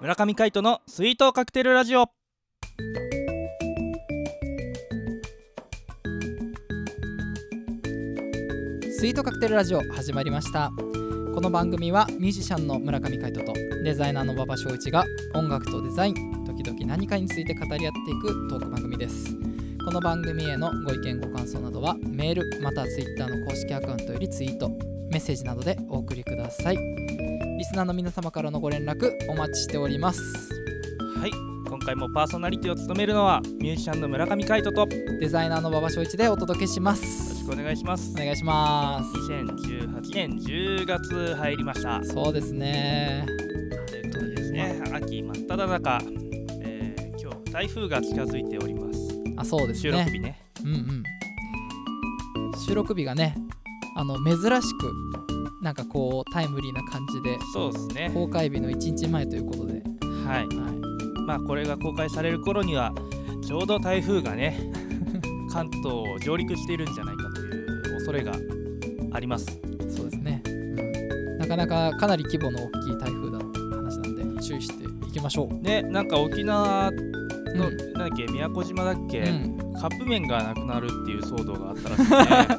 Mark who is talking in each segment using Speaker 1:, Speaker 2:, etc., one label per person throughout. Speaker 1: 村上海人のスイートカクテルラジオ
Speaker 2: スイートカクテルラジオ始まりましたこの番組はミュージシャンの村上海人とデザイナーの馬場翔一が音楽とデザイン時々何かについて語り合っていくトーク番組ですこの番組へのご意見ご感想などはメールまたはツイッターの公式アカウントよりツイートメッセージなどでお送りくださいリスナーの皆様からのご連絡お待ちしております
Speaker 1: はい今回もパーソナリティを務めるのはミュージシャンの村上海人とよろ
Speaker 2: デザイナーの馬場翔一でお届けします
Speaker 1: しくお願いします
Speaker 2: お願いします
Speaker 1: 2018年10月入りました
Speaker 2: そうですね
Speaker 1: ということでですね秋真っ只中、えー、今日台風が近づいております
Speaker 2: あそうです
Speaker 1: 収
Speaker 2: ね
Speaker 1: 録日ね
Speaker 2: うんうん、収録日がねあの珍しくなんかこうタイムリーな感じで
Speaker 1: そうですね
Speaker 2: 公開日の1日前ということで、
Speaker 1: はい
Speaker 2: は
Speaker 1: まあこれが公開される頃にはちょうど台風が ね関東を上陸しているんじゃないかという恐れがあります
Speaker 2: い、そうですね、うん、なかなかかなり規模の大きい台風だという話なんで注意していきましょう、
Speaker 1: ねなんか沖縄
Speaker 2: うん
Speaker 1: の、なんだっけ宮古島だっけ、
Speaker 2: うん
Speaker 1: カップ麺がなくなるっていう騒動があった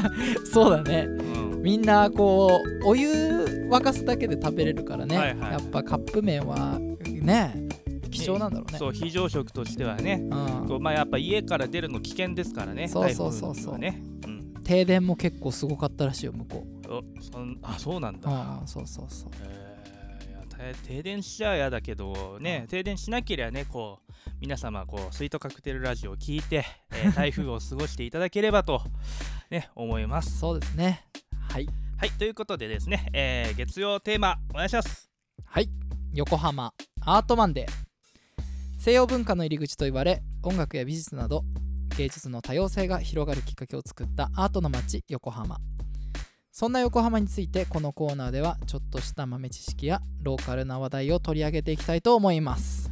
Speaker 1: らし
Speaker 2: そうだね
Speaker 1: いね、うん、
Speaker 2: みんなこうお湯沸かすだけで食べれるからね、
Speaker 1: はいはい
Speaker 2: やっぱカップ麺はね貴重なんだろうね
Speaker 1: そう非常食としてはね
Speaker 2: うん
Speaker 1: こうまあやっぱ家から出るの危険ですからね
Speaker 2: そうそうそう
Speaker 1: 台風に
Speaker 2: そう
Speaker 1: はね、うん
Speaker 2: 停電も結構すごかったらしいよ向こう
Speaker 1: おそんあそうなんだ、
Speaker 2: ああそうそうそう
Speaker 1: えーいやた停電しちゃ嫌だけどね停電しなければねこう皆様こうスイートカクテルラジオを聞いて、え ー台風を過ごしていただければと、ね、思います。
Speaker 2: そうですねはい
Speaker 1: はいということでですね、えー月曜テーマお願いします。
Speaker 2: はい横浜アートマンデー西洋文化の入り口と言われ音楽や美術など芸術の多様性が広がるきっかけを作ったアートの街横浜そんな横浜についてこのコーナーではちょっとした豆知識やローカルな話題を取り上げていきたいと思います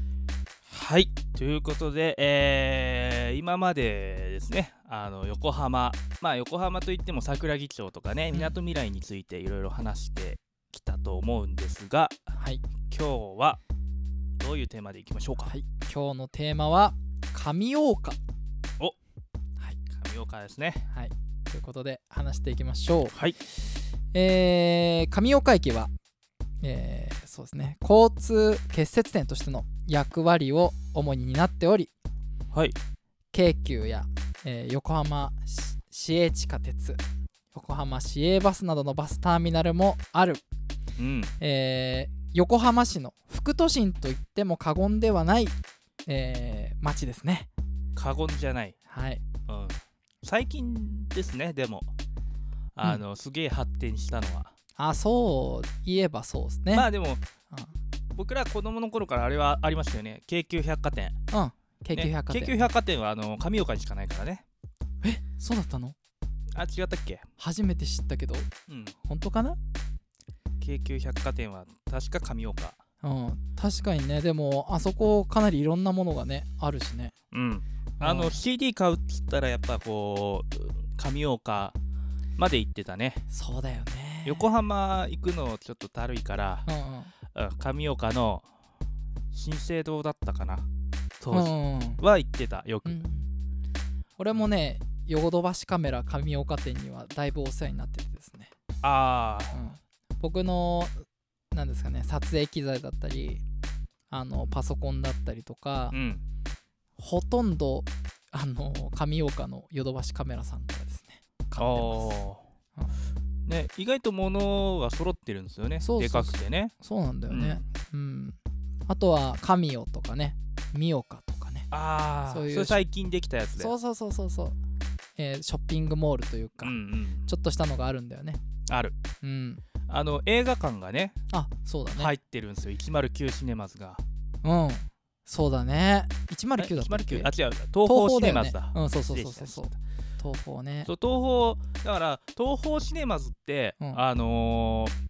Speaker 1: はいということで、えー今までですねあの横浜まあ横浜といっても桜木町とかね
Speaker 2: ん
Speaker 1: みなとみらいについていろいろ話してきたと思うんですが
Speaker 2: はい、
Speaker 1: 今日はどういうテーマでいきましょうか、
Speaker 2: はい、今日のテーマは神岡
Speaker 1: 神岡ですね
Speaker 2: はいということで話していきましょう
Speaker 1: はい
Speaker 2: えー上岡駅は、えーそうですね交通結節点としての役割を主に担っており
Speaker 1: はい
Speaker 2: 京急や、えー横浜市市営地下鉄横浜市営バスなどのバスターミナルもある、
Speaker 1: うん
Speaker 2: えー横浜市の副都心といっても過言ではない、えー町ですね
Speaker 1: 過言じゃない、
Speaker 2: はい
Speaker 1: うん、最近ですねでもあの、すげえ発展したのは
Speaker 2: あそう言えばそうですね、
Speaker 1: まあでも
Speaker 2: う
Speaker 1: 僕ら子供の頃からあれはありましたよね京急百貨店
Speaker 2: んうん京急百貨
Speaker 1: ね京
Speaker 2: 店、
Speaker 1: 急百貨店はあの神岡にしかないからね
Speaker 2: えそうだったの
Speaker 1: あ違ったっけ
Speaker 2: 初めて知ったけど
Speaker 1: うん
Speaker 2: 本当かな
Speaker 1: 京急百貨店は確か神岡
Speaker 2: うん、確かにねでもあそこかなりいろんなものがねあるしね
Speaker 1: うんあの、
Speaker 2: うん
Speaker 1: CD 買うっつったらやっぱこう神岡まで行ってたね
Speaker 2: そうだよね
Speaker 1: 横浜行くのちょっとだるいから
Speaker 2: うんうん
Speaker 1: うん神岡の新生堂だったかな当
Speaker 2: う
Speaker 1: 時、
Speaker 2: んうん
Speaker 1: は行ってたよく、
Speaker 2: うん俺もねヨドバシカメラ神岡店にはだいぶお世話になっててですね、
Speaker 1: あ
Speaker 2: う
Speaker 1: あ
Speaker 2: ん、僕のなんですかね撮影機材だったりあのパソコンだったりとか、
Speaker 1: うん
Speaker 2: ほとんどあの神岡のヨドバシカメラさんからですね買ってます
Speaker 1: おーね、意外と物が揃ってるんですよね
Speaker 2: そうそうそう
Speaker 1: でかくてね
Speaker 2: そうなんだよねうん、あとは神代とかね三岡とかね
Speaker 1: ああ
Speaker 2: そういう
Speaker 1: それ最近できたやつで
Speaker 2: そうそうそうそうそう、えーショッピングモールというか、
Speaker 1: うんうん
Speaker 2: ちょっとしたのがあるんだよね
Speaker 1: ある
Speaker 2: うん
Speaker 1: あの映画館がね
Speaker 2: あそうだね、
Speaker 1: 入ってるんですよ109シネマズが
Speaker 2: うんそうだね109だったっ
Speaker 1: 109
Speaker 2: け
Speaker 1: あ違う東宝シネマズだ
Speaker 2: 東宝よねうんそうそうそう
Speaker 1: 失
Speaker 2: そ
Speaker 1: 礼
Speaker 2: う
Speaker 1: し
Speaker 2: そ
Speaker 1: ました
Speaker 2: う東宝ね
Speaker 1: そう東宝だから東宝シネマズって、
Speaker 2: うん
Speaker 1: あのー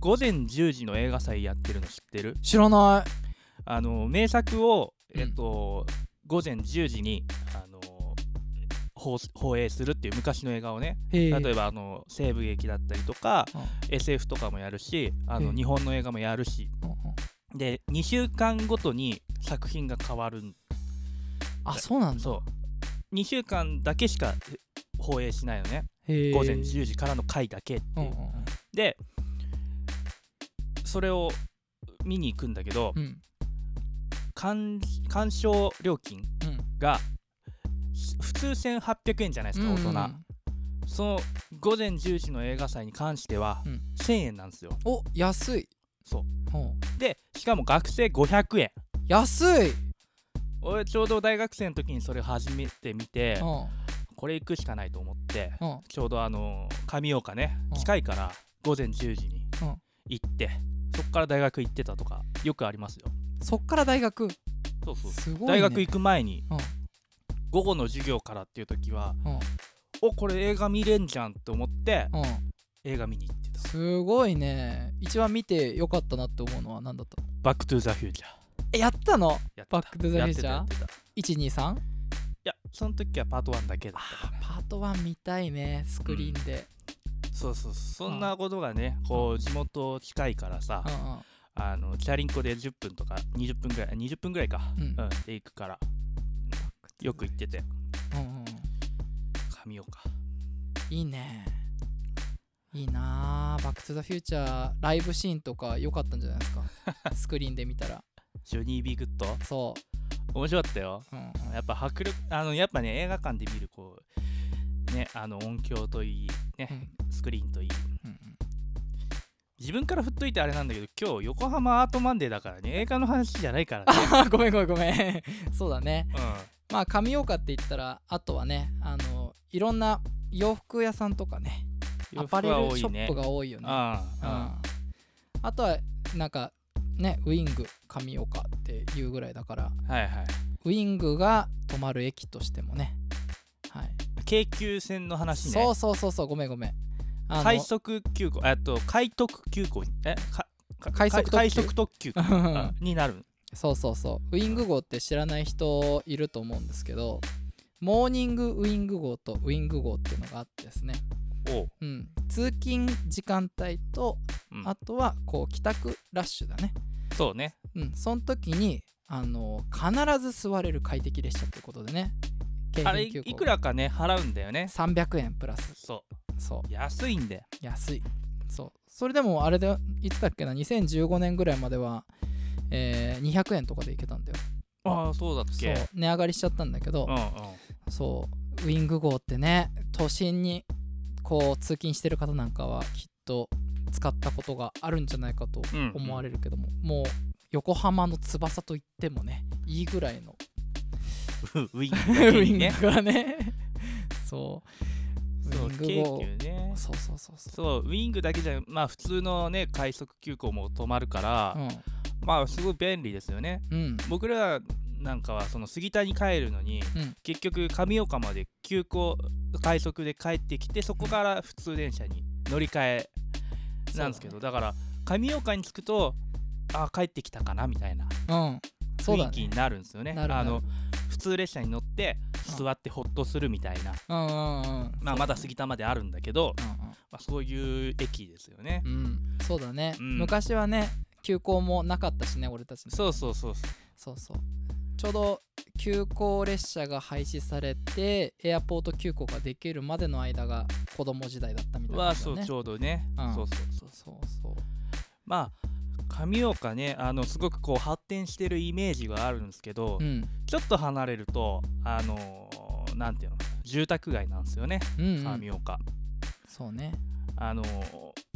Speaker 1: 午前10時の映画祭やってるの知ってる
Speaker 2: 知らない
Speaker 1: あのー名作を
Speaker 2: うん
Speaker 1: えっと、午前10時にあのー放放映するっていう昔の映画をね
Speaker 2: 例
Speaker 1: 例えばあの西部劇だったりとか
Speaker 2: うん
Speaker 1: SF とかもやるしあ
Speaker 2: へえ
Speaker 1: の日本の映画もやるしで2週間ごとに作品が変わるん
Speaker 2: あそうなんだ
Speaker 1: そう2週間だけしかえ放映しないのね
Speaker 2: へえ
Speaker 1: 午前10時からの回だけって
Speaker 2: うん
Speaker 1: いううんでそれを見に行くんだけど
Speaker 2: うんうん
Speaker 1: 鑑鑑賞料金
Speaker 2: うん
Speaker 1: がす普通1800円じゃないですか大人、
Speaker 2: うんうん
Speaker 1: その午前10時の映画祭に関しては
Speaker 2: うん
Speaker 1: 1000円なんですよ
Speaker 2: お安い
Speaker 1: そう
Speaker 2: ほう
Speaker 1: でしかも学生500円
Speaker 2: 安い
Speaker 1: 俺ちょうど大学生の時にそれ初めて見て
Speaker 2: うん
Speaker 1: これ行くしかないと思って
Speaker 2: うん
Speaker 1: ちょうどあの神岡ね
Speaker 2: うん
Speaker 1: 近いから午前10時に
Speaker 2: うん
Speaker 1: 行ってそっから大学行ってたとかよくありますよ
Speaker 2: そっから大学
Speaker 1: そうそう
Speaker 2: すごいね
Speaker 1: 大学行く前に
Speaker 2: うん
Speaker 1: 午後の授業からっていう時は
Speaker 2: うん
Speaker 1: おこれ映画見れんじゃんって思って
Speaker 2: うん
Speaker 1: 映画見に行ってた
Speaker 2: すごいね一番見てよかったなって思うのは何だった
Speaker 1: 「バック・トゥ・ザ・フューチャー
Speaker 2: えやったの」
Speaker 1: やってた
Speaker 2: バックトゥザフューチャー
Speaker 1: やってたやってたい
Speaker 2: 123?
Speaker 1: やその時はパート1だけだったから
Speaker 2: パート1見たいねスクリーンで、
Speaker 1: そうそうそうそんなことがねこう地元近いからさ
Speaker 2: うん
Speaker 1: あのチャリンコで10分とか20分ぐらい20分ぐらいか、
Speaker 2: うん
Speaker 1: うんで行くからよく行ってて
Speaker 2: うんうんうん
Speaker 1: 神岡
Speaker 2: いいねいいなあバック・トゥ・ザ・フューチャーライブシーンとか良かったんじゃない ですかスクリーンで見たら
Speaker 1: ジョニー・ビー・グッド
Speaker 2: そ
Speaker 1: 面白かったよ
Speaker 2: う、うんうん、
Speaker 1: やっぱ迫力あのやっぱね映画館で見るこうねあの音響といいね、スクリーンといい
Speaker 2: うんうん
Speaker 1: 自分から振っといてあれなんだけど今日横浜アートマンデーだからね映画の話じゃないからね、
Speaker 2: あごめんごめんごめんそうだね
Speaker 1: うん、
Speaker 2: まあ上岡って言ったらあとはねあのいろんな洋服屋さんとかねア
Speaker 1: 洋服
Speaker 2: パレ
Speaker 1: は多
Speaker 2: ルシ
Speaker 1: い
Speaker 2: ョッ
Speaker 1: ね
Speaker 2: プが多いよねうん
Speaker 1: あ
Speaker 2: あとはなんかねウィング上岡っていうぐらいだか
Speaker 1: あ、
Speaker 2: ら
Speaker 1: うん、はいはい
Speaker 2: ウィングが止まる駅としてもねはい
Speaker 1: 京急線の話ね
Speaker 2: そうそうそうそうごめんごめんあの
Speaker 1: 快速急行えっと快特急行えかか
Speaker 2: 快速特急
Speaker 1: 快速特急かあになる
Speaker 2: そうそうそうウィング号って知らない人いると思うんですけどモーニングウィング号とウィング号っていうのがあってですね、
Speaker 1: おう、
Speaker 2: うん、通勤時間帯と
Speaker 1: うん
Speaker 2: あとはこう帰宅ラッシュだね
Speaker 1: そうね
Speaker 2: うんその時にあの必ず座れる快適列車ってことでね京
Speaker 1: あれ
Speaker 2: 浜
Speaker 1: い
Speaker 2: 急行
Speaker 1: いくらかね払うんだよね
Speaker 2: 300円プラス
Speaker 1: そ
Speaker 2: そう
Speaker 1: う安いんだよ
Speaker 2: 安いそうそれでもあれでいつだっけな2015年ぐらいまでは、えー200円とかで行けたんだよ
Speaker 1: ああそうだっ
Speaker 2: そ
Speaker 1: け
Speaker 2: う値上がりしちゃったんだけど、
Speaker 1: うんうん
Speaker 2: そうウィング号ってね都心にこう通勤してる方なんかはきっと使ったことがあるんじゃないかと
Speaker 1: うん
Speaker 2: 思われるけども、もう横浜の翼といってもねいいぐらい の
Speaker 1: ウィン
Speaker 2: ウ
Speaker 1: だけ
Speaker 2: ィ
Speaker 1: に
Speaker 2: ン
Speaker 1: ね
Speaker 2: グがね そうウ
Speaker 1: そう
Speaker 2: ィング号
Speaker 1: 京急ね
Speaker 2: そうそうそうそ
Speaker 1: そうウィングだけじゃまあ普通のね快速急行も止まるから
Speaker 2: う、
Speaker 1: まあすごい便利ですよね
Speaker 2: うんうん
Speaker 1: 僕らなんかはその杉田に帰るのに、
Speaker 2: うん
Speaker 1: 結局上岡まで急行快速で帰ってきてそこから普通電車に乗り換えなんですけど
Speaker 2: そう
Speaker 1: だ,、から上岡に着くとあ帰ってきたかなみたいな
Speaker 2: うんそ
Speaker 1: 雰
Speaker 2: うだ
Speaker 1: 囲
Speaker 2: ね
Speaker 1: 気になるんですよね
Speaker 2: なるな
Speaker 1: あ
Speaker 2: る
Speaker 1: の普通列車に乗って
Speaker 2: うん
Speaker 1: 座ってホッとするみたいな、
Speaker 2: うんうんうん
Speaker 1: まあ、まだ
Speaker 2: ぎ
Speaker 1: 杉田まであるんだけど、
Speaker 2: う
Speaker 1: まあ、そういう駅ですよね、
Speaker 2: んうん、うん、そうだね、
Speaker 1: うん
Speaker 2: 昔はね休校もなかったしね俺たちの
Speaker 1: そうそうそうそう
Speaker 2: そうそうちょうど急行列車が廃止されてエアポート急行ができるまでの間が子供時代だったみたいな
Speaker 1: は
Speaker 2: んだ
Speaker 1: そ
Speaker 2: よ
Speaker 1: う
Speaker 2: ね
Speaker 1: ちょうどね、
Speaker 2: うん
Speaker 1: そうそうそう
Speaker 2: そうそう
Speaker 1: まあ上岡ねあのすごくこう発展してるイメージがあるんですけど、
Speaker 2: うん
Speaker 1: ちょっと離れるとあのーなんていうの住宅街なんですよね
Speaker 2: うん、うん、
Speaker 1: 上岡、
Speaker 2: そうね
Speaker 1: あのー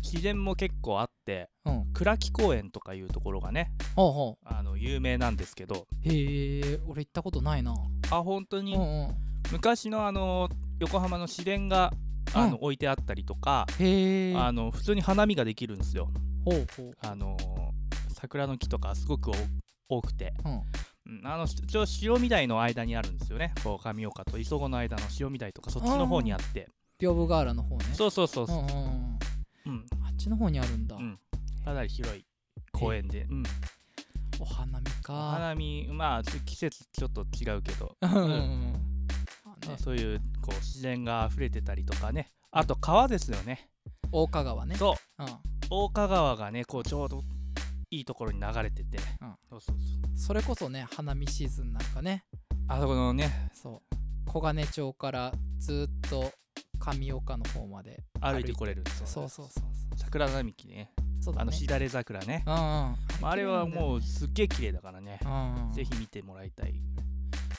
Speaker 1: 自然も結構あって
Speaker 2: うん
Speaker 1: 倉木公園とかいうところがね
Speaker 2: ほうほ
Speaker 1: あの有名なんですけど
Speaker 2: うへえ俺行ったことないな
Speaker 1: あ本当
Speaker 2: うん
Speaker 1: に
Speaker 2: うん
Speaker 1: 昔のあのー横浜の市電があの、
Speaker 2: う
Speaker 1: 置いてあったりとか、
Speaker 2: へえ
Speaker 1: あの普通に花見ができるんですよ
Speaker 2: ほうほう
Speaker 1: あのー桜の木とかすごくお多くて
Speaker 2: うん
Speaker 1: うんあのしちょ潮見台の間にあるんですよねこう上岡と磯子の間の潮見台とかそっちの方にあって
Speaker 2: 屏風ヶ原の方ね
Speaker 1: そうそうそう
Speaker 2: う
Speaker 1: そ
Speaker 2: んうんうん
Speaker 1: う、うん
Speaker 2: あっちの方にあるんだ、
Speaker 1: うんかなり広い公園で、うん、
Speaker 2: お花見
Speaker 1: お
Speaker 2: か
Speaker 1: 花見まあちょ季節ちょっと違うけど
Speaker 2: うんうんう
Speaker 1: うん
Speaker 2: ん
Speaker 1: ま
Speaker 2: ね
Speaker 1: あそういうこう自然が溢れてたりとかねあと川ですよね
Speaker 2: 大香川ね
Speaker 1: そう
Speaker 2: うん
Speaker 1: 大香川がねこうちょうどいいところに流れてて、
Speaker 2: うん
Speaker 1: そうそうそう
Speaker 2: それこそね花見シーズンなんかね
Speaker 1: あそこのね
Speaker 2: そう黄金町からずっと上岡の方まで
Speaker 1: 歩いてこれるそう
Speaker 2: そうそうそうそ
Speaker 1: 桜並木ね
Speaker 2: うそうだ
Speaker 1: あ
Speaker 2: ね
Speaker 1: のしだれ桜ね、
Speaker 2: うんうん
Speaker 1: まあ、あれはも
Speaker 2: う
Speaker 1: うすっげえ綺麗だからね、
Speaker 2: んうん
Speaker 1: ぜひ見てもらいたい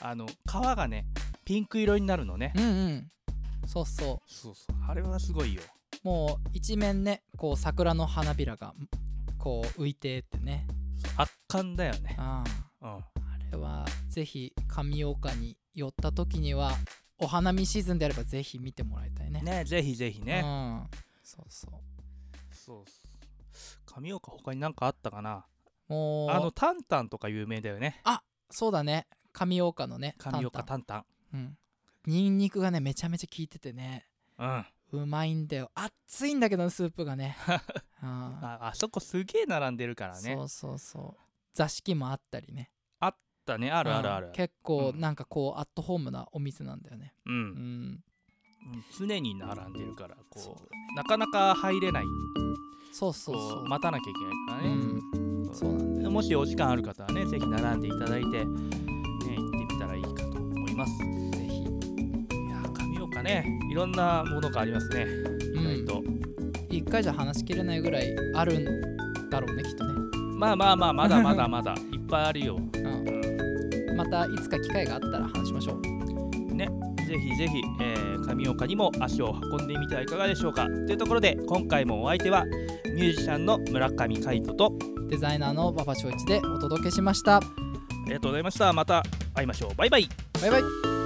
Speaker 1: あの川がねピンク色になるのね、
Speaker 2: うんうんそうそ
Speaker 1: そうそうあれはすごいよ
Speaker 2: うもう一面ねこう桜の花びらがこう浮いてってね
Speaker 1: そう圧巻だよね
Speaker 2: うんあ
Speaker 1: うん
Speaker 2: れはぜひ上岡に寄った時にはお花見シーズンであればぜひ見てもらいたいね
Speaker 1: ねぜひぜひね、
Speaker 2: うんそうそう
Speaker 1: そうそう上岡他になんかあったかな
Speaker 2: もう
Speaker 1: あのタンタンとか有名だよね
Speaker 2: そうだね上岡のね
Speaker 1: 上岡
Speaker 2: 担
Speaker 1: タンタン
Speaker 2: 々うんニンニクがねめちゃめちゃ効いててね
Speaker 1: うん
Speaker 2: うまいんだよ熱いんだけどねスープがねあ
Speaker 1: ああそこすげえ並んでるか
Speaker 2: あ
Speaker 1: らね
Speaker 2: そうそうそう座敷もあったりね
Speaker 1: だねあるあるあ
Speaker 2: う
Speaker 1: る
Speaker 2: ん結構
Speaker 1: うん
Speaker 2: なんかこうアットホームなお店なんだよね
Speaker 1: う、
Speaker 2: うんん
Speaker 1: 常に並んでるから
Speaker 2: そう
Speaker 1: こうなかなか入れない
Speaker 2: そうそう
Speaker 1: こ
Speaker 2: そう
Speaker 1: う待たなきゃいけないから
Speaker 2: う
Speaker 1: ね、
Speaker 2: んそうなんだよ
Speaker 1: もしお時間ある方はねぜひ並んでいただいて、ね、行ってみたらいいかと思いますい
Speaker 2: ぜひ
Speaker 1: や上岡ねいろんなものがありますね意外と、
Speaker 2: 一回じゃ話しきれないぐらいあるんだろうねきっとね
Speaker 1: まあまあまあまだまだまだいっぱいあるよ
Speaker 2: うんまたいつか機会があったら話しましょう
Speaker 1: ぜひぜひ、えー上岡にも足を運んでみてはいかがでしょうかというところで今回もお相手はミュージシャンの村上海人と
Speaker 2: デザイナーの馬場翔一でお届けしました
Speaker 1: ありがとうございましたまた会いましょうバイバイ
Speaker 2: バイバイ